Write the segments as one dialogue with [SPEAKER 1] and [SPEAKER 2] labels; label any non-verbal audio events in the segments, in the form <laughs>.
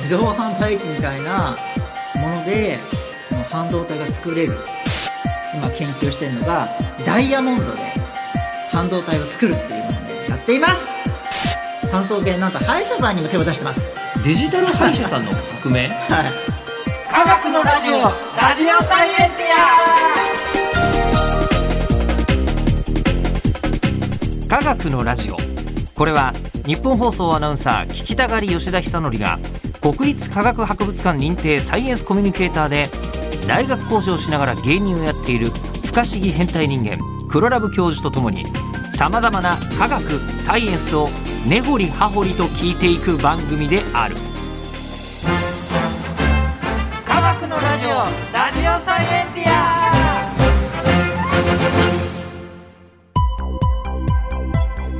[SPEAKER 1] 自動販売機みたいなものでその半導体が作れる今研究してるのがダイヤモンドで半導体を作るっていうのをやっています三層系なんと歯医者さんにも手を出してます
[SPEAKER 2] デジタル歯医者さんの革命
[SPEAKER 1] はい
[SPEAKER 3] 科学のラジオラジオサイエンテ
[SPEAKER 2] 科学のラジオこれは日本放送アナウンサー聞きたがり吉田久典が国立科学博物館認定サイエンスコミュニケーターで大学講師をしながら芸人をやっている不可思議変態人間黒ラブ教授とともにさまざまな科学サイエンスを根掘り葉掘りと聞いていく番組である
[SPEAKER 3] ィア科学のラジオラジオサイエンティア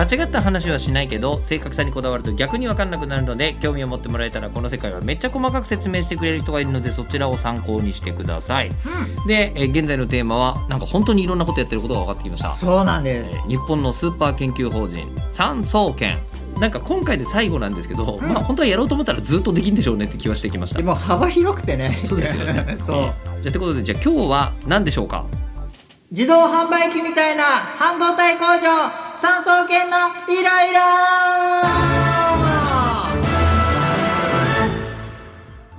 [SPEAKER 2] 間違った話はしないけど正確さにこだわると逆に分かんなくなるので興味を持ってもらえたらこの世界はめっちゃ細かく説明してくれる人がいるのでそちらを参考にしてください、で、えー現在のテーマはなんか本当にいろんなことやってることが分かってきました
[SPEAKER 1] そうなんで
[SPEAKER 2] え
[SPEAKER 1] す
[SPEAKER 2] ー日本のスーパー研究法人三総研なんか今回で最後なんですけど、まあ本当はやろうと思ったらずっとできんでしょうねって気はしてきました
[SPEAKER 1] でも幅広くてね
[SPEAKER 2] そうですよね
[SPEAKER 1] <laughs> そう、
[SPEAKER 2] んじゃあということでじゃあ今日は何でしょうか
[SPEAKER 1] 自動販売機みたいな半導体工場三層圏のイライラ
[SPEAKER 2] まあ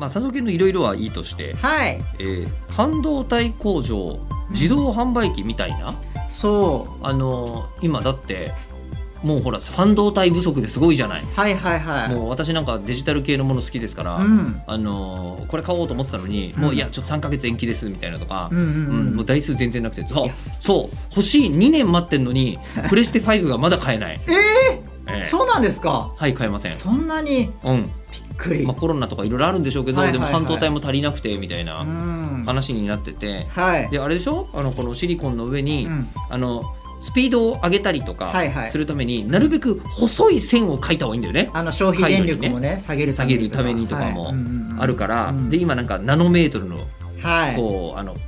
[SPEAKER 2] 佐藤研のいろいろはいいとして、
[SPEAKER 1] はい
[SPEAKER 2] えー半導体工場自動販売機みたいな、
[SPEAKER 1] そ
[SPEAKER 2] あのー今だってもうほら半導体不足ですごいじゃない、
[SPEAKER 1] うはいはいはい
[SPEAKER 2] もう私なんかデジタル系のもの好きですから、
[SPEAKER 1] うん
[SPEAKER 2] あのーこれ買おうと思ってたのに、
[SPEAKER 1] うん
[SPEAKER 2] もういやちょっと3か月延期ですみたいなとか、
[SPEAKER 1] うんうんうん
[SPEAKER 2] もう台数全然なくてそ
[SPEAKER 1] いうや
[SPEAKER 2] そう欲しい2年待ってん
[SPEAKER 1] <laughs>
[SPEAKER 2] のにプレステ5がまだ買えない、
[SPEAKER 1] え
[SPEAKER 2] え
[SPEAKER 1] え
[SPEAKER 2] え
[SPEAKER 1] そうなんですか
[SPEAKER 2] はい買えません
[SPEAKER 1] そんなに
[SPEAKER 2] うん
[SPEAKER 1] びっくり、
[SPEAKER 2] まあ、コロナとかいろいろあるんでしょうけど、
[SPEAKER 1] はいはいはい
[SPEAKER 2] でも半導体も足りなくてみたいうなん話になってて、
[SPEAKER 1] はい
[SPEAKER 2] であれでしょあのこのシリコンの上に、
[SPEAKER 1] うん
[SPEAKER 2] あのスピードを上げたりとか
[SPEAKER 1] はいはい
[SPEAKER 2] するために、なるべく細い線を書いた方がいいんだよね
[SPEAKER 1] あの消費電力もね下げる
[SPEAKER 2] 下げるためにとかもあるから、で
[SPEAKER 1] で
[SPEAKER 2] 今なんかナノメートルの
[SPEAKER 1] はい
[SPEAKER 2] こうあの、ね、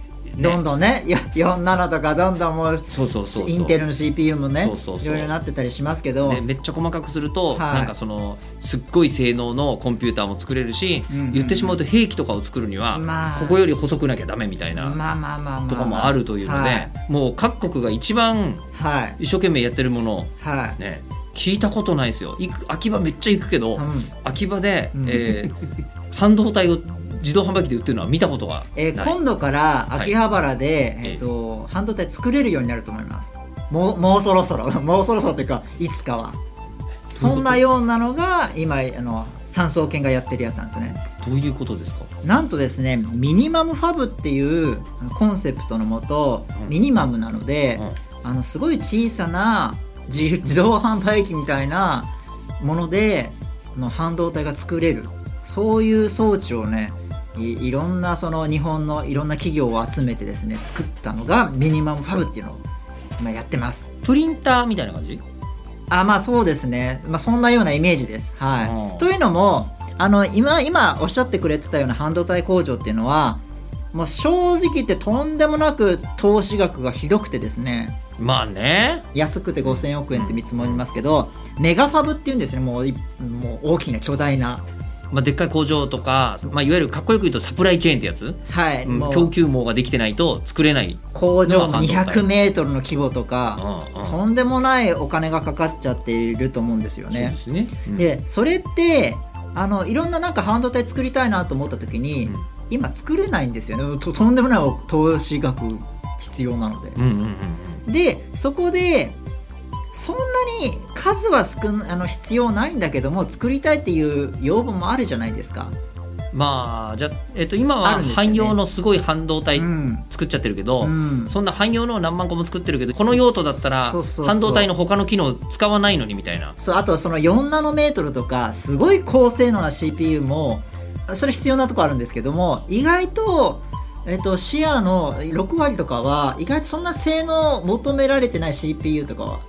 [SPEAKER 1] どんどんねいや47とかどんどんもう
[SPEAKER 2] そうそうそうそう
[SPEAKER 1] インテルの CPU もね
[SPEAKER 2] そうそうそう
[SPEAKER 1] いろいろなってたりしますけど、
[SPEAKER 2] でめっちゃ細かくする
[SPEAKER 1] は
[SPEAKER 2] と、
[SPEAKER 1] い
[SPEAKER 2] なんかそのすっごい性能のコンピューターも作れるし、
[SPEAKER 1] うんうんうん
[SPEAKER 2] 言ってしまうと兵器とかを作るには、
[SPEAKER 1] まあ
[SPEAKER 2] ここより細くなきゃダメみたいな、
[SPEAKER 1] まあまあまあまあ、まあ、
[SPEAKER 2] とかもあるというの
[SPEAKER 1] は
[SPEAKER 2] で、
[SPEAKER 1] い
[SPEAKER 2] もう各国が一番
[SPEAKER 1] はい
[SPEAKER 2] 一生懸命やってるものを
[SPEAKER 1] はい、
[SPEAKER 2] ね聞いたことないですよ行く秋葉めっちゃ行くけど、
[SPEAKER 1] うん
[SPEAKER 2] 秋葉で、
[SPEAKER 1] うん
[SPEAKER 2] えー半導体を自動販売機で売ってるのは見たことがない、
[SPEAKER 1] えー今度から秋葉原で、
[SPEAKER 2] はい
[SPEAKER 1] えーと半導体作れるようになると思いますもうもうそろそ <laughs> ろもうそろそろというかいつかはそんなようなのが今あの三層研がやってるやつなんですね
[SPEAKER 2] どういうことですか
[SPEAKER 1] なんとですねミニマムファブっていうコンセプトのもと
[SPEAKER 2] うん
[SPEAKER 1] ミニマムなので、
[SPEAKER 2] うん
[SPEAKER 1] あのすごい小さな自 <laughs> 自動販売機みたいなものであの半導体が作れるそういう装置をねいいろんなその日本のいろんな企業を集めてですね作ったのがミニマムファブっていうのを今やってます
[SPEAKER 2] プリンターみたいな感じ
[SPEAKER 1] あまあそうですね、まあ、そんなようなイメージですは
[SPEAKER 2] うん
[SPEAKER 1] いというのもあの今今おっしゃってくれてたような半導体工場っていうのはもう正直言ってとんでもなく投資額がひどくてですね
[SPEAKER 2] まあね
[SPEAKER 1] 安くて5000億円って見積もりますけど、メガファブっていうんですねもういもう大きな巨大な
[SPEAKER 2] まあ、でっかい工場とか、まあ、いわゆるかっこよく言うとサプライチェーンってやつ、
[SPEAKER 1] はい、
[SPEAKER 2] うん
[SPEAKER 1] もう
[SPEAKER 2] 供給網ができてないと作れない、
[SPEAKER 1] 工場の
[SPEAKER 2] 半導体
[SPEAKER 1] 200メートルの規模と
[SPEAKER 2] うん
[SPEAKER 1] か、
[SPEAKER 2] うん
[SPEAKER 1] とんでもないお金がかかっちゃっていると思うんですよ
[SPEAKER 2] そう
[SPEAKER 1] ね
[SPEAKER 2] で。すね、うん
[SPEAKER 1] でそれってあのいろんななんか半導体作りたいなと思った時に、
[SPEAKER 2] うん
[SPEAKER 1] 今作れないんですよねととんでもない投資額必要なので。
[SPEAKER 2] うんうんうんうん
[SPEAKER 1] でそこでそんなに数は少なあの必要ないんだけども作りたいっていう要望もあるじゃないですか。
[SPEAKER 2] まあじゃあ、えっと今
[SPEAKER 1] あ
[SPEAKER 2] は
[SPEAKER 1] るんですよね
[SPEAKER 2] 汎用のすごい半導体
[SPEAKER 1] うん
[SPEAKER 2] 作っちゃってるけ
[SPEAKER 1] う
[SPEAKER 2] ど、
[SPEAKER 1] ん
[SPEAKER 2] そんな汎用のを何万個も作ってるけどこの用途だったら
[SPEAKER 1] そうそうそう
[SPEAKER 2] 半導体の他の機能使わないのにみたいな
[SPEAKER 1] そうあとその4ナノメートルとかすごい高性能な CPU もそれ必要なとこあるんですけども意外と、えっと、シェアの6割とかは意外とそんな性能を求められてない CPU とかは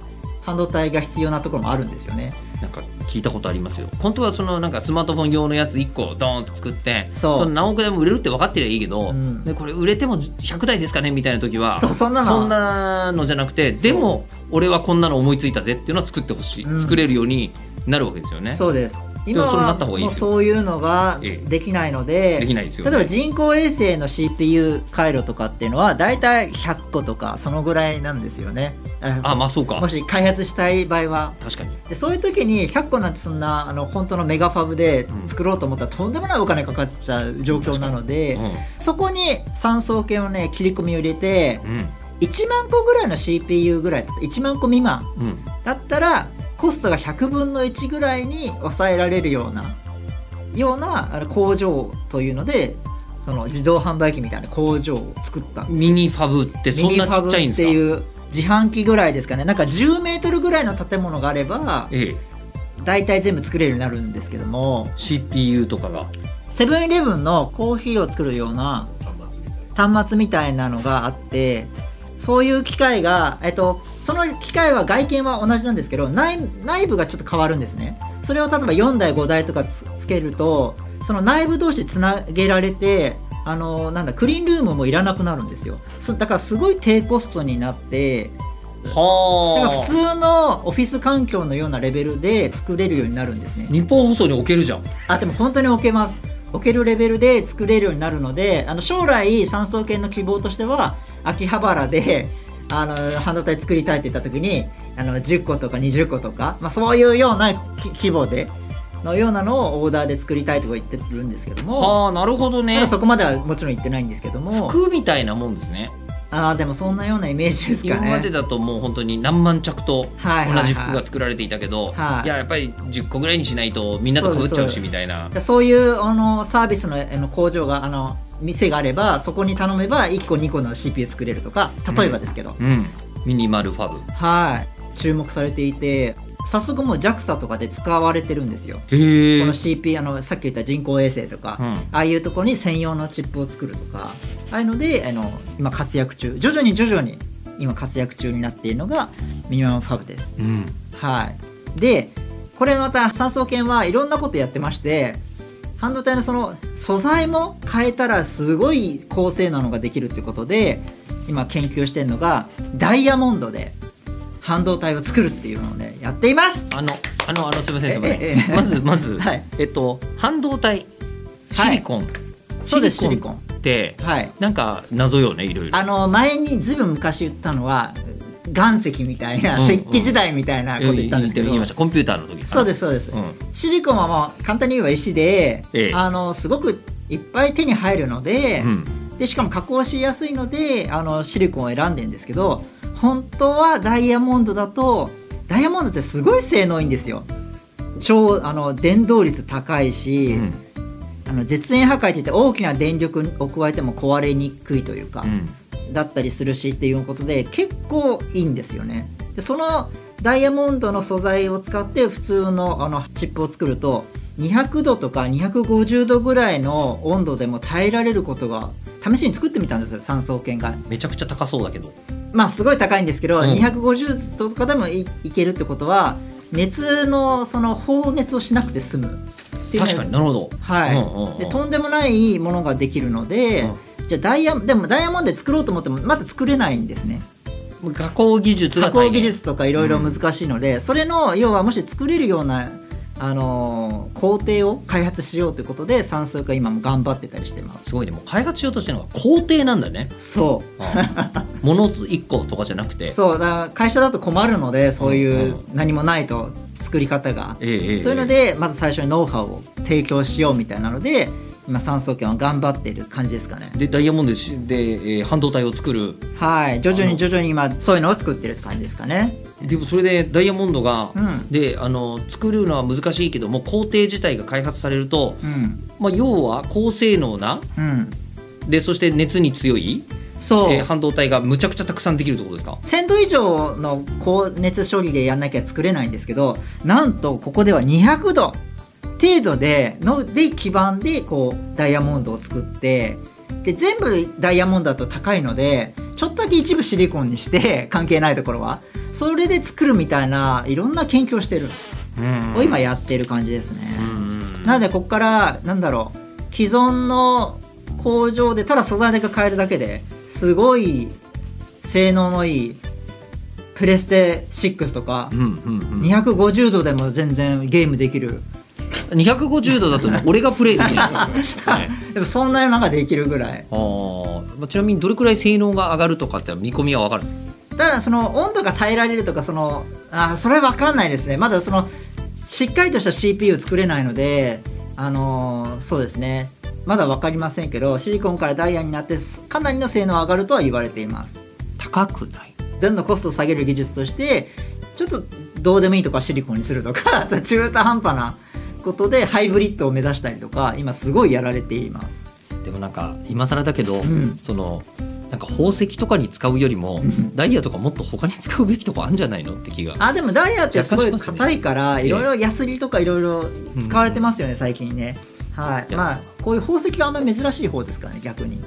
[SPEAKER 1] 半導体が必要なところもあるんですよね。
[SPEAKER 2] なんか聞いたことありますよ本当はそのなんかスマートフォン用のやつ1個ドーンと作って
[SPEAKER 1] そう
[SPEAKER 2] の何億台も売れるって分かってりゃいいけど、
[SPEAKER 1] うん
[SPEAKER 2] でこれ売れても100台ですかねみたいな時は
[SPEAKER 1] そうそんなの
[SPEAKER 2] なのじゃなくてでも俺はこんなの思いついたぜっていうのは作ってほしい、
[SPEAKER 1] うん
[SPEAKER 2] 作れるようになるわけですよね。
[SPEAKER 1] そうです今
[SPEAKER 2] でもそれな
[SPEAKER 1] は
[SPEAKER 2] った方がいい
[SPEAKER 1] もう
[SPEAKER 2] ですよ
[SPEAKER 1] そういうのが
[SPEAKER 2] ええ
[SPEAKER 1] できないので
[SPEAKER 2] できないですよ、
[SPEAKER 1] 例えば人工衛星の CPU 回路とかっていうのは大体100個とかそのぐらいなんですよね
[SPEAKER 2] あまあそうか
[SPEAKER 1] もし開発したい場合は
[SPEAKER 2] 確かに
[SPEAKER 1] でそういう時に100個なんてそんなあの本当のメガファブで
[SPEAKER 2] うん
[SPEAKER 1] 作ろうと思ったらとんでもないお金かかっちゃう状況なので、
[SPEAKER 2] う
[SPEAKER 1] そこに三層系のね切り込みを入れて
[SPEAKER 2] んうん
[SPEAKER 1] 1万個ぐらいの CPU ぐらい1万個未満
[SPEAKER 2] うん
[SPEAKER 1] だったらコストが100分の1ぐらいに抑えられるようなようなあの工場というのでその自動販売機みたいな工場を作ったんです
[SPEAKER 2] ミニファブってそんなちっちゃいんですか
[SPEAKER 1] ミニファブっていう自販機ぐらいですかねなんか10メートルぐらいの建物があれば
[SPEAKER 2] ええ、
[SPEAKER 1] 大体全部作れるようになるんですけども
[SPEAKER 2] CPU とかが
[SPEAKER 1] セブンイレブンのコーヒーを作るような端末みたいなのがあってそういう機械が、えっと、その機械は外見は同じなんですけど内内部がちょっと変わるんですねそれを例えば4台5台とかつつけるとその内部同士つなげられてあのなんだクリーンルームもいらなくなるんですよそだからすごい低コストになってだから
[SPEAKER 2] は
[SPEAKER 1] 普通のオフィス環境のようなレベルで作れるようになるんですね
[SPEAKER 2] 日本放送に置けるじゃん
[SPEAKER 1] あでも本当に置けます置けるレベルで作れるようになるのであの将来三層圏の希望としては秋葉原であの半導体作りたいって言った時にあの10個とか20個とか、まあ、そういうようなき規模でのようなのをオーダーで作りたいとか言ってるんですけども、
[SPEAKER 2] はあなるほど
[SPEAKER 1] ま
[SPEAKER 2] ね
[SPEAKER 1] だそこまではもちろん言ってないんですけども
[SPEAKER 2] 服みたいなもんですね
[SPEAKER 1] あーでもそんなようなイメージですか
[SPEAKER 2] 今ま
[SPEAKER 1] ね。
[SPEAKER 2] でだともう本当に何万着と
[SPEAKER 1] はいはいはい
[SPEAKER 2] 同じ服が作られていたけど、
[SPEAKER 1] はい
[SPEAKER 2] いややっぱり10個ぐらいにしないとみんなと被っちゃうしみたいな
[SPEAKER 1] そういうあのサービスのあの工場があの店があればそこに頼めば1個2個の CPU 作れるとか例えばですけど、
[SPEAKER 2] うんミニマルファ
[SPEAKER 1] はい注目されていて早速もう JAXA とかで使われてるんですよ
[SPEAKER 2] ブへ
[SPEAKER 1] こ
[SPEAKER 2] え
[SPEAKER 1] の CP あのさっき言った人工衛星とか、
[SPEAKER 2] うん
[SPEAKER 1] ああいうところに専用のチップを作るとかああいうのであの今活躍中徐々に徐々に今活躍中になっているのがミニマムファブです
[SPEAKER 2] うん
[SPEAKER 1] はいでこれまた三層研はいろんなことやってまして半導体のその素材も変えたらすごい高性能のができるっていうことで今研究してるのがダイヤモンドで半導体を作るっていうのをねやっています
[SPEAKER 2] あのあのあのすみませんすみま
[SPEAKER 1] え
[SPEAKER 2] せ
[SPEAKER 1] ええ
[SPEAKER 2] ん
[SPEAKER 1] え
[SPEAKER 2] まずまず、
[SPEAKER 1] <laughs> はい
[SPEAKER 2] えっと半導体シリコン、
[SPEAKER 1] そうですシ
[SPEAKER 2] シ
[SPEAKER 1] リ
[SPEAKER 2] リ
[SPEAKER 1] コ
[SPEAKER 2] コ
[SPEAKER 1] ン
[SPEAKER 2] って
[SPEAKER 1] はい
[SPEAKER 2] なんか謎よねいろいろ
[SPEAKER 1] あの前にずいぶん昔言ったのは岩石みたいな
[SPEAKER 2] うんうん
[SPEAKER 1] 石器時代みたいなこと言ったんですけど、
[SPEAKER 2] 言いましたコンピューターの時かな
[SPEAKER 1] そうですそうです、
[SPEAKER 2] うん
[SPEAKER 1] シリコンはもう簡単に言えば石で、
[SPEAKER 2] ええ
[SPEAKER 1] あのすごくいっぱい手に入るので,、
[SPEAKER 2] うん
[SPEAKER 1] でしかも加工しやすいのであのシリコンを選んでるんですけど本当はダイヤモンドだとダイヤモンドってすごい性能いいんですよ超あの伝導率高いし、
[SPEAKER 2] うん
[SPEAKER 1] あの絶縁破壊って言って大きな電力を加えても壊れにくいというか、
[SPEAKER 2] うん
[SPEAKER 1] だったりするしっていうことで結構いいんですよねでそのダイヤモンドの素材を使って普通のあのチップを作ると200度とか250度ぐらいの温度でも耐えられることが試しに作ってみたんですよ三層圏が
[SPEAKER 2] めちゃくちゃ高そうだけど
[SPEAKER 1] まあすごい高いんですけど、
[SPEAKER 2] うん
[SPEAKER 1] 250度とかでもいいけるってことは熱のその放熱をしなくて済むっていうのが
[SPEAKER 2] 確かになるほど
[SPEAKER 1] はい、
[SPEAKER 2] うんうんうん
[SPEAKER 1] でとんでもないものができるので、じゃあダイヤでもダイヤモンドで作ろうと思ってもまだ作れないんですね
[SPEAKER 2] 加工技術が
[SPEAKER 1] 加
[SPEAKER 2] 大変
[SPEAKER 1] 工技術とかいろいろ難しいので、それの要はもし作れるような、あのー工程を開発しようということで算数が今も頑張ってたりしてます
[SPEAKER 2] すごいねもう開発しようとしてるのは工程なん
[SPEAKER 1] <laughs>
[SPEAKER 2] だね
[SPEAKER 1] そ
[SPEAKER 2] もの1個とかじゃなく
[SPEAKER 1] う
[SPEAKER 2] て
[SPEAKER 1] そうだから会社だと困るのでそういう
[SPEAKER 2] うんう
[SPEAKER 1] 何もないと作り方が、
[SPEAKER 2] ええええええ
[SPEAKER 1] そういうのでまず最初にノウハウを提供しようみたいなので今三層圏は頑張ってる感じですかね
[SPEAKER 2] でダイヤモンドでしで、えー半導体を作る
[SPEAKER 1] はい徐々
[SPEAKER 2] あ
[SPEAKER 1] に
[SPEAKER 2] の
[SPEAKER 1] 徐々に今そういうのを作ってるって感じですかね
[SPEAKER 2] でもそれでダイヤモンドが、
[SPEAKER 1] うん
[SPEAKER 2] であの作るのは難しいけども工程自体が開発されると、
[SPEAKER 1] うん
[SPEAKER 2] まあ、要は高性能な
[SPEAKER 1] うん
[SPEAKER 2] でそして熱に強い、
[SPEAKER 1] そう、
[SPEAKER 2] えー半導体がむちゃくちゃたくさんできるってことですか
[SPEAKER 1] 1000度以上の高熱処理でやんなきゃ作れないんですけどなんとここでは200度程度でので基盤でこうダイヤモンドを作ってで全部ダイヤモンドだと高いのでちょっとだけ一部シリコンにして <laughs> 関係ないところはそれで作るみたいないろんな研究をしてるを今やってる感じですね。
[SPEAKER 2] うん
[SPEAKER 1] なのでここからなんだろう既存の工場でただ素材だけ変えるだけですごい性能のいいプレステ6とか
[SPEAKER 2] うんうんうん
[SPEAKER 1] 250度でも全然ゲームできる
[SPEAKER 2] 250度だと <laughs> ね俺がプレイできない、はい
[SPEAKER 1] でもそんなのができるぐらい
[SPEAKER 2] あーまあちなみにどれくらい性能が上がるとかって見込みは分かるんです
[SPEAKER 1] た
[SPEAKER 2] か
[SPEAKER 1] だその温度が耐えられるとかそのあーそれわかんないですねまだそのしっかりとした CPU 作れないのであのーそうですねまだ分かりませんけどシリコンからダイヤになってかなりの性能上がるとは言われています
[SPEAKER 2] 高くない
[SPEAKER 1] 全のコストを下げる技術としてちょっとどうでもいいとかシリコンにするとか <laughs> そう中途半端なことでハイブリッドを目指したりとか今すごいやられています
[SPEAKER 2] でもなんか今更だけど、
[SPEAKER 1] ん
[SPEAKER 2] そのなんか宝石とかに使うよりも、
[SPEAKER 1] ん
[SPEAKER 2] ダイヤとかもっと他に使うべきとこあるんじゃないのって気が
[SPEAKER 1] あでもダイヤってすごい
[SPEAKER 2] 若干しますね
[SPEAKER 1] 硬いから
[SPEAKER 2] ええ
[SPEAKER 1] いろいろヤスリとかいろいろ使われてますよね、最近ねはい
[SPEAKER 2] いや
[SPEAKER 1] まあこういう宝石はあんまり珍しい方ですからね逆に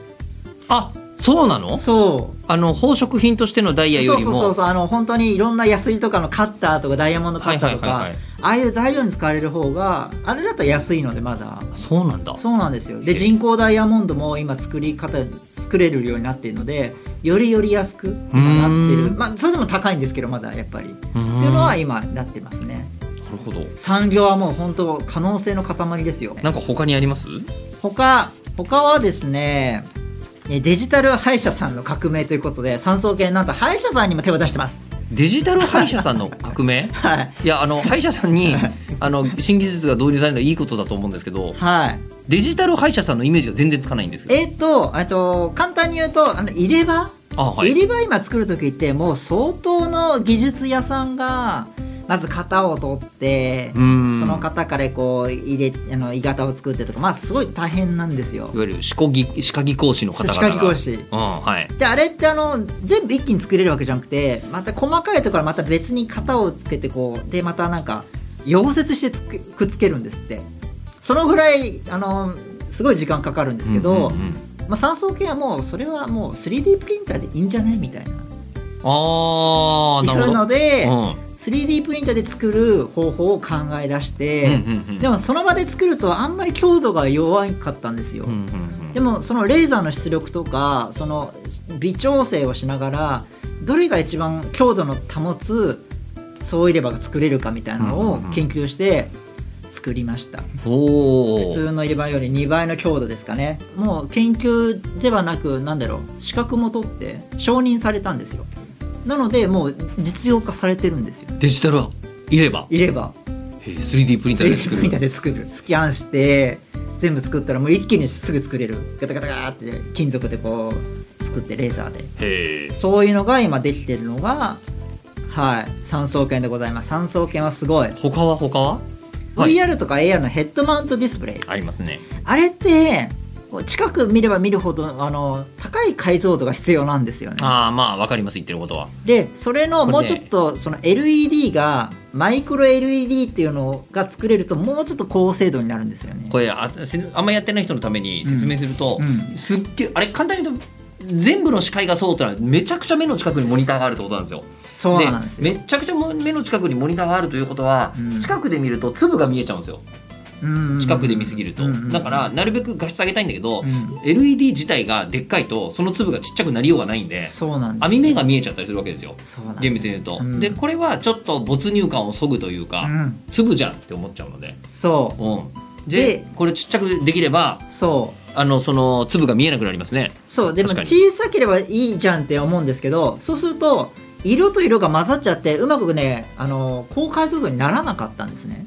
[SPEAKER 2] あそうなの
[SPEAKER 1] そう
[SPEAKER 2] あの宝飾品としてのダイヤ
[SPEAKER 1] そ
[SPEAKER 2] よ
[SPEAKER 1] う
[SPEAKER 2] り
[SPEAKER 1] そう
[SPEAKER 2] も
[SPEAKER 1] そうそうあの本当にいろんなヤスリとかのカッターとかダイヤモンドカ
[SPEAKER 2] はい
[SPEAKER 1] ッタ
[SPEAKER 2] は
[SPEAKER 1] ー
[SPEAKER 2] い
[SPEAKER 1] と
[SPEAKER 2] はいは
[SPEAKER 1] か
[SPEAKER 2] い
[SPEAKER 1] ああいう材料に使われる方があれだったら安いのでまだ
[SPEAKER 2] そうなんだ
[SPEAKER 1] そうなんですよ
[SPEAKER 2] へ
[SPEAKER 1] で
[SPEAKER 2] え
[SPEAKER 1] 人工ダイヤモンドも今作り方作れるようになっているのでよりより安く今なって
[SPEAKER 2] うー
[SPEAKER 1] る
[SPEAKER 2] ん
[SPEAKER 1] まあそれでも高いんですけどまだやっぱりって
[SPEAKER 2] うーん
[SPEAKER 1] いうのは今なってますね
[SPEAKER 2] なるほど
[SPEAKER 1] 産業はもう本当可能性の塊ですよ
[SPEAKER 2] なんか他にあります
[SPEAKER 1] 他他はですねえデジタル歯医者さんの革命ということで産総研なんと歯医者さんにも手を出してます
[SPEAKER 2] デジタル歯医者さんの
[SPEAKER 1] <laughs>
[SPEAKER 2] 革命
[SPEAKER 1] はい
[SPEAKER 2] いやあの歯医者さんにあの新技術が導入されるのはいいことだと思うんですけど
[SPEAKER 1] はい
[SPEAKER 2] デジタル歯医者さんのイメージが全然つかないんですけど
[SPEAKER 1] えっ、とえっと簡単に言うとあの入れ歯
[SPEAKER 2] あはい
[SPEAKER 1] 入り場今作る時ってもう相当の技術屋さんがまず型を取って
[SPEAKER 2] う、ーん
[SPEAKER 1] その型からこう入れあの鋳型を作ってとかまあすごい大変なんですよ
[SPEAKER 2] い。わゆる歯科技歯科技講師の方々
[SPEAKER 1] 歯
[SPEAKER 2] が
[SPEAKER 1] 科技講師
[SPEAKER 2] うんはい
[SPEAKER 1] であれってあの全部一気に作れるわけじゃなくてまた細かいところまた別に型をつけてこうでまたなんか溶接してつくくっつけるんですってそのぐらいあのすごい時間かかるんですけど、
[SPEAKER 2] うんうんうん
[SPEAKER 1] まあ、三層系はもうそれはもう 3D プリンターでいいんじゃないみたいな。
[SPEAKER 2] あー
[SPEAKER 1] い
[SPEAKER 2] なる
[SPEAKER 1] る
[SPEAKER 2] ほど
[SPEAKER 1] ので、
[SPEAKER 2] うん
[SPEAKER 1] 3D プリンターで作る方法を考え出して、
[SPEAKER 2] うんうんうん
[SPEAKER 1] でもその場で作るとあんまり強度が弱かったんですよ、
[SPEAKER 2] うんうんうん
[SPEAKER 1] でもそのレーザーの出力とかその微調整をしながらどれが一番強度の保つ総入れ歯が作れるかみたいなの
[SPEAKER 2] う
[SPEAKER 1] を
[SPEAKER 2] んうんうん
[SPEAKER 1] 研究して作りました、
[SPEAKER 2] おー
[SPEAKER 1] 普通の入れ歯より2倍の強度ですかねもう研究ではなくなんだろう資格も取って承認されたんですよなのでもう実用化されてるんですよ
[SPEAKER 2] デジタルいれば
[SPEAKER 1] 入れ歯
[SPEAKER 2] えー 3D プリンターで作
[SPEAKER 1] 3D プリンター
[SPEAKER 2] る
[SPEAKER 1] で作るスキャンして全部作ったらもう一気にすぐ作れるガタガタガタって金属でこう作ってレーザーで
[SPEAKER 2] へー
[SPEAKER 1] そういうのが今できてるのがはい三層圏でございます三層圏はすごい
[SPEAKER 2] 他は他ははい
[SPEAKER 1] VR とか AR のヘッドマウントディスプレイ
[SPEAKER 2] ありますね
[SPEAKER 1] あれってこう近く見れば見るほどあの高い解像度が必要なんですよね
[SPEAKER 2] ああまあわかります言ってることは
[SPEAKER 1] でそれのも
[SPEAKER 2] こ
[SPEAKER 1] う
[SPEAKER 2] れ
[SPEAKER 1] ちょ
[SPEAKER 2] ね
[SPEAKER 1] っとその LED がマイクロ LED っていうのが作れるともうちょっと高精度になるんですよね
[SPEAKER 2] これあせあんまやってない人のために説明すると、
[SPEAKER 1] うんうん
[SPEAKER 2] すっげえあれ簡単に言うと全部の視界がそうってのはめちゃくちゃ目の近くにモニターがあるってことなんですよ。
[SPEAKER 1] そうなんですよ
[SPEAKER 2] めちゃくちゃも目の近くにモニターがあるということは、
[SPEAKER 1] うん
[SPEAKER 2] 近くで見ると粒が見えちゃうんですよ近
[SPEAKER 1] 近
[SPEAKER 2] くで見すぎると、だからなるべく画質上げたいんだけど、
[SPEAKER 1] うん
[SPEAKER 2] LED 自体がでっかいとその粒がちっちゃくなりようがないんで
[SPEAKER 1] そうなんです
[SPEAKER 2] 網目が見えちゃったりするわけですよ
[SPEAKER 1] そうなんです
[SPEAKER 2] 厳密に言うと。
[SPEAKER 1] うん
[SPEAKER 2] でこれはちょっと没入感をそぐというか、
[SPEAKER 1] うん
[SPEAKER 2] 粒じゃんって思っちゃうので。
[SPEAKER 1] そ
[SPEAKER 2] うん、
[SPEAKER 1] で
[SPEAKER 2] でこれちっちゃくできれば
[SPEAKER 1] うそう
[SPEAKER 2] あのその粒が見えなくなりますね。
[SPEAKER 1] そうでも
[SPEAKER 2] 確かに
[SPEAKER 1] 小さければいいじゃんって思うんですけどそうすると色と色が混ざっちゃってうまくねあの高解像度にならなかったんですね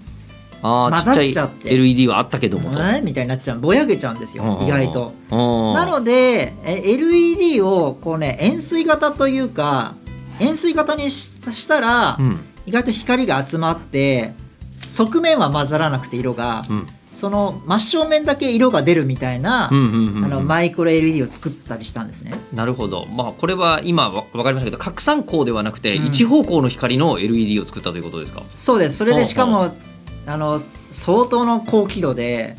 [SPEAKER 2] ああち
[SPEAKER 1] 混ざっ
[SPEAKER 2] っち
[SPEAKER 1] ちゃ
[SPEAKER 2] ゃ
[SPEAKER 1] っ
[SPEAKER 2] い
[SPEAKER 1] て
[SPEAKER 2] LED はあったけどもと。
[SPEAKER 1] えみたいになっちゃうぼやけちゃうんですよ
[SPEAKER 2] うん
[SPEAKER 1] 意外と。
[SPEAKER 2] うん
[SPEAKER 1] なのでえ LED をこうね円錐型というか円錐型にししたら、
[SPEAKER 2] うん
[SPEAKER 1] 意外と光が集まって側面は混ざらなくて色が、
[SPEAKER 2] うん
[SPEAKER 1] その真正面だけ色が出るみたいな、
[SPEAKER 2] うんうんうん
[SPEAKER 1] あの
[SPEAKER 2] うん
[SPEAKER 1] マイクロ LED を作ったりしたんですね。
[SPEAKER 2] なるほど、まあ、これは今わ分かりましたけど拡散光ではなくて
[SPEAKER 1] うん
[SPEAKER 2] 一方向の光の LED を作ったということですか、
[SPEAKER 1] そうです。それ
[SPEAKER 2] ほう
[SPEAKER 1] で
[SPEAKER 2] ほう
[SPEAKER 1] しかもあの相当の高輝度で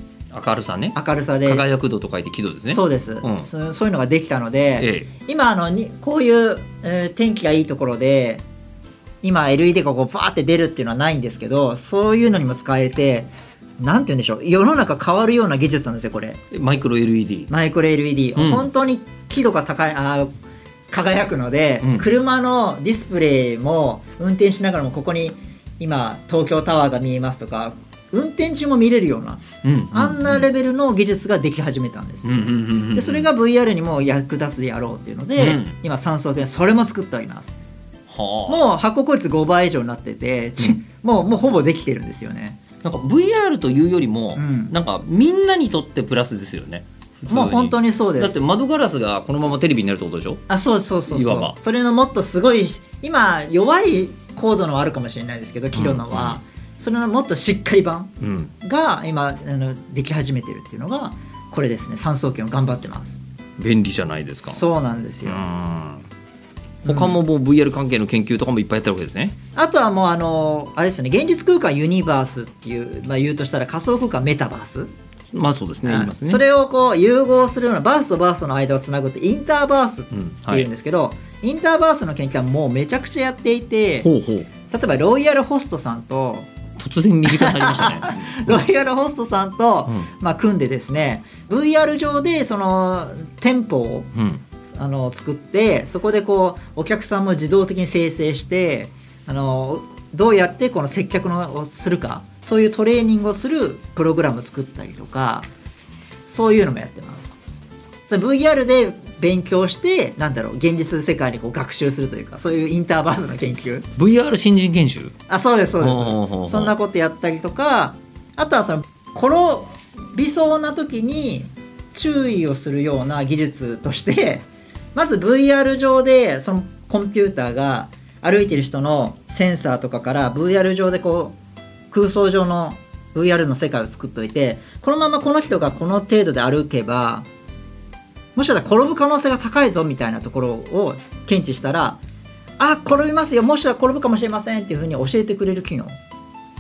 [SPEAKER 2] 明るさね
[SPEAKER 1] 明るさで、
[SPEAKER 2] 輝く度と書いて輝度ですね。
[SPEAKER 1] そうです、
[SPEAKER 2] うん
[SPEAKER 1] そ。そういうのができたので、
[SPEAKER 2] え
[SPEAKER 1] 今あのにこういう、えー天気がいいところで。今 LED がこうバーって出るっていうのはないんですけどそういうのにも使えてなんて言うんでしょう世の中変わるような技術なんですよこれ
[SPEAKER 2] え、マイクロ LED
[SPEAKER 1] マイクロ LED、
[SPEAKER 2] うん
[SPEAKER 1] 本当に輝度が高いあー輝くので、
[SPEAKER 2] うん
[SPEAKER 1] 車のディスプレイも運転しながらもここに今東京タワーが見えますとか運転中も見れるような
[SPEAKER 2] うん
[SPEAKER 1] あんなレベルの技術ができ始めたんです
[SPEAKER 2] う
[SPEAKER 1] よ、
[SPEAKER 2] んうんうんうん
[SPEAKER 1] でそれが VR にも役立つでやろうっていうので、
[SPEAKER 2] うん
[SPEAKER 1] 今酸素系それも作っております
[SPEAKER 2] はあ
[SPEAKER 1] もう発酵効率5倍以上になってて、ちもうもうほぼできてるんですよね
[SPEAKER 2] なんか VR というよりも、
[SPEAKER 1] うん
[SPEAKER 2] なんかみんなにとってプラスですよね普通に
[SPEAKER 1] もう本当にそうで
[SPEAKER 2] だっ
[SPEAKER 1] す
[SPEAKER 2] て窓ガラスがこのままテレビになるってことでしょ
[SPEAKER 1] あそうそうそう
[SPEAKER 2] い
[SPEAKER 1] そ
[SPEAKER 2] わ
[SPEAKER 1] う
[SPEAKER 2] ば
[SPEAKER 1] それのもっとすごい今弱い高度のはあるかもしれないですけどキロのは、
[SPEAKER 2] うんうん
[SPEAKER 1] それのもっとしっかり版
[SPEAKER 2] うん
[SPEAKER 1] が今あのでき始めてるっていうのがこれですね酸素系を頑張ってます
[SPEAKER 2] 便利じゃないですか
[SPEAKER 1] そうなんですよ、
[SPEAKER 2] うん他ももう VR 関係の研究とかもいっぱいやってるわけですね
[SPEAKER 1] あとはもうあのあれですよね現実空間ユニバースっていう、まあ、言うとしたら仮想空間メタバース、
[SPEAKER 2] まあそうですね言いますね
[SPEAKER 1] それをこう融合するようなバースとバースの間をつなぐってインターバースって
[SPEAKER 2] うんはいい、
[SPEAKER 1] うんですけど、インターバースの研究はもうめちゃくちゃやっていて例
[SPEAKER 2] ほうほう
[SPEAKER 1] えばロイヤルホストさんと
[SPEAKER 2] 突然身近になりましたね
[SPEAKER 1] ロイヤルホストさんと、
[SPEAKER 2] <laughs> うん
[SPEAKER 1] まあ、組んでですね VR 上でその店舗を
[SPEAKER 2] うん
[SPEAKER 1] あの作ってそこでこうお客さんも自動的に生成してあのどうやってこの接客のをするかそういうトレーニングをするプログラム作ったりとかそういうのもやってます。それ VR で勉強してなんだろう現実世界にこう学習するというかそういうインターバースの研究
[SPEAKER 2] VR 新人研修
[SPEAKER 1] あそうですそうです
[SPEAKER 2] ほうほうほう
[SPEAKER 1] そんなことやったりとかあとはその転びそうな時に注意をするような技術として <laughs> まず VR 上でそのコンピューターが歩いてる人のセンサーとかから VR 上でこう空想上の VR の世界を作っといてこのままこの人がこの程度で歩けばもしかしたら転ぶ可能性が高いぞみたいなところを検知したらあ転びますよもしかしたら転ぶかもしれませんっていうふうに教えてくれる機能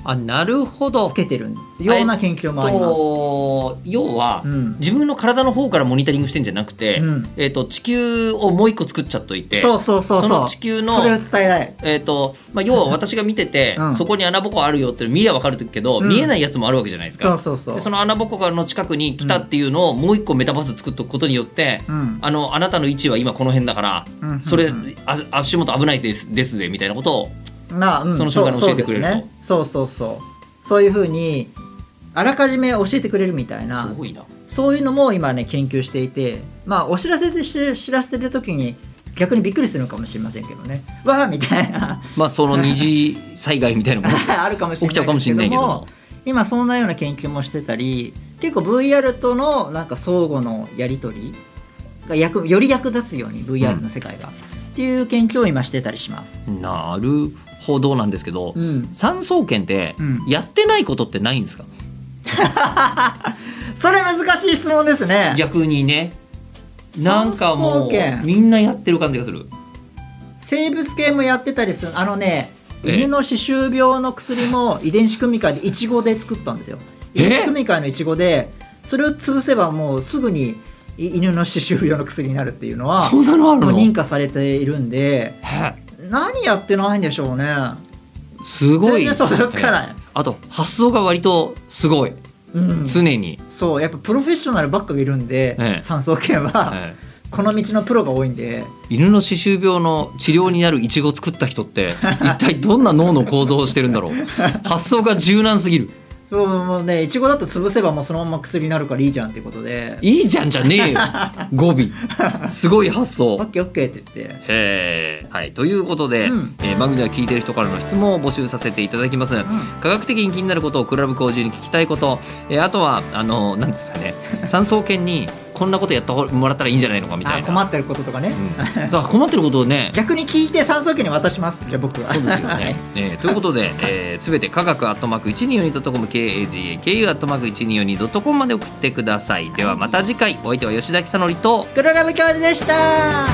[SPEAKER 2] あなるほど
[SPEAKER 1] つけてるような研究もあります。
[SPEAKER 2] と要は、
[SPEAKER 1] うん
[SPEAKER 2] 自分の体の方からモニタリングしてんじゃなくて、
[SPEAKER 1] うん
[SPEAKER 2] えー、と地球をもう一個作っちゃっといて
[SPEAKER 1] そうそうそう
[SPEAKER 2] そ
[SPEAKER 1] そ
[SPEAKER 2] の
[SPEAKER 1] う。
[SPEAKER 2] 地球の
[SPEAKER 1] それを伝えたい。
[SPEAKER 2] えーとまあ、要は私が見てて、
[SPEAKER 1] うん
[SPEAKER 2] そこに穴ぼこあるよって見りゃ分かるけど、
[SPEAKER 1] うん
[SPEAKER 2] 見えないやつもあるわけじゃないです
[SPEAKER 1] そう
[SPEAKER 2] か
[SPEAKER 1] そうそう。
[SPEAKER 2] でその穴ぼこの近くに来たっていうのをもう一個メタバース作っとくことによって、
[SPEAKER 1] うん
[SPEAKER 2] あのあなたの位置は今この辺だから、
[SPEAKER 1] うんうん
[SPEAKER 2] それ
[SPEAKER 1] うん
[SPEAKER 2] あ足元危ないですですぜみたいなことを
[SPEAKER 1] なあ、うん
[SPEAKER 2] その瞬間に教えてくれると
[SPEAKER 1] そうですねそうそうそう。そういうふうにあらかじめ教えてくれるみたい
[SPEAKER 2] す
[SPEAKER 1] な
[SPEAKER 2] ごいな
[SPEAKER 1] そういうのも今ね研究していてまあお知らせして知らせてる時に逆にびっくりするのかもしれませんけどねわあみたいな
[SPEAKER 2] まあその二次災害みたいなもの
[SPEAKER 1] <laughs> あるかもしれ
[SPEAKER 2] 起
[SPEAKER 1] な
[SPEAKER 2] き
[SPEAKER 1] い
[SPEAKER 2] ちゃうかもしれないけども
[SPEAKER 1] 今そんなような研究もしてたり結構 VR とのなんか相互のやり取りが役より役立つように VR の世界が、っていう研究を今してたりします。
[SPEAKER 2] <laughs> なるほどなんですけど、
[SPEAKER 1] うん、
[SPEAKER 2] 産総研って
[SPEAKER 1] うん
[SPEAKER 2] やってないことってないんですか、
[SPEAKER 1] それ難しい質問ですね。
[SPEAKER 2] 逆にねなんか
[SPEAKER 1] 産総
[SPEAKER 2] もう
[SPEAKER 1] 研
[SPEAKER 2] みんなやってる感じがする
[SPEAKER 1] 生物系もやってたりするあのね
[SPEAKER 2] ええ
[SPEAKER 1] 犬の歯周病の薬も遺伝子組み換えでイチゴで作ったんですよ。
[SPEAKER 2] ええ
[SPEAKER 1] 遺伝子組み換えのイチゴでそれを潰せばもうすぐにい犬の歯周病の薬になるっていうのは
[SPEAKER 2] そんなのある
[SPEAKER 1] もう
[SPEAKER 2] の
[SPEAKER 1] 認可されているんで
[SPEAKER 2] へ
[SPEAKER 1] 何やってないんでしょうね。
[SPEAKER 2] すご
[SPEAKER 1] 全
[SPEAKER 2] い
[SPEAKER 1] 然想像つかない
[SPEAKER 2] あと発想が割とすごい、
[SPEAKER 1] うん、
[SPEAKER 2] 常に、
[SPEAKER 1] そうやっぱプロフェッショナルばっかがいるんで、
[SPEAKER 2] ええ
[SPEAKER 1] 産総研は、
[SPEAKER 2] え
[SPEAKER 1] この道のプロが多いんで
[SPEAKER 2] え犬の歯周病の治療になるイチゴを作った人って
[SPEAKER 1] <laughs>
[SPEAKER 2] 一体どんな脳の構造をしてるんだろう発想が柔軟すぎる
[SPEAKER 1] そうもうねいちごだと潰せばもうそのまま薬になるからいいじゃんってことで
[SPEAKER 2] いいじゃんじゃねえよ語尾すごい発
[SPEAKER 1] オ
[SPEAKER 2] 想
[SPEAKER 1] ッケーオッケーって言って
[SPEAKER 2] へーはい、ということで、
[SPEAKER 1] うん
[SPEAKER 2] えー番組では聞いてる人からの質問を募集させていただきます、科学的に気になることをクラブ講授に聞きたいこと、えーあとはあのなんで
[SPEAKER 1] <laughs>
[SPEAKER 2] すかね産総研にこんなことやってもらったらいいんじゃないのかみた
[SPEAKER 1] あ
[SPEAKER 2] いな
[SPEAKER 1] 困ってることとかね、
[SPEAKER 2] うんだから困ってることを
[SPEAKER 1] <laughs>
[SPEAKER 2] ね
[SPEAKER 1] 逆に聞いて産総研に渡しますじゃあ僕 <laughs> は
[SPEAKER 2] そうですよね、えーということで、えー、全て科学アットマーク 1242.com KAGAKU アットマーク 1242.com まで送ってくださいではまた次回お相手は吉田久典と
[SPEAKER 1] 黒ラブ教授でした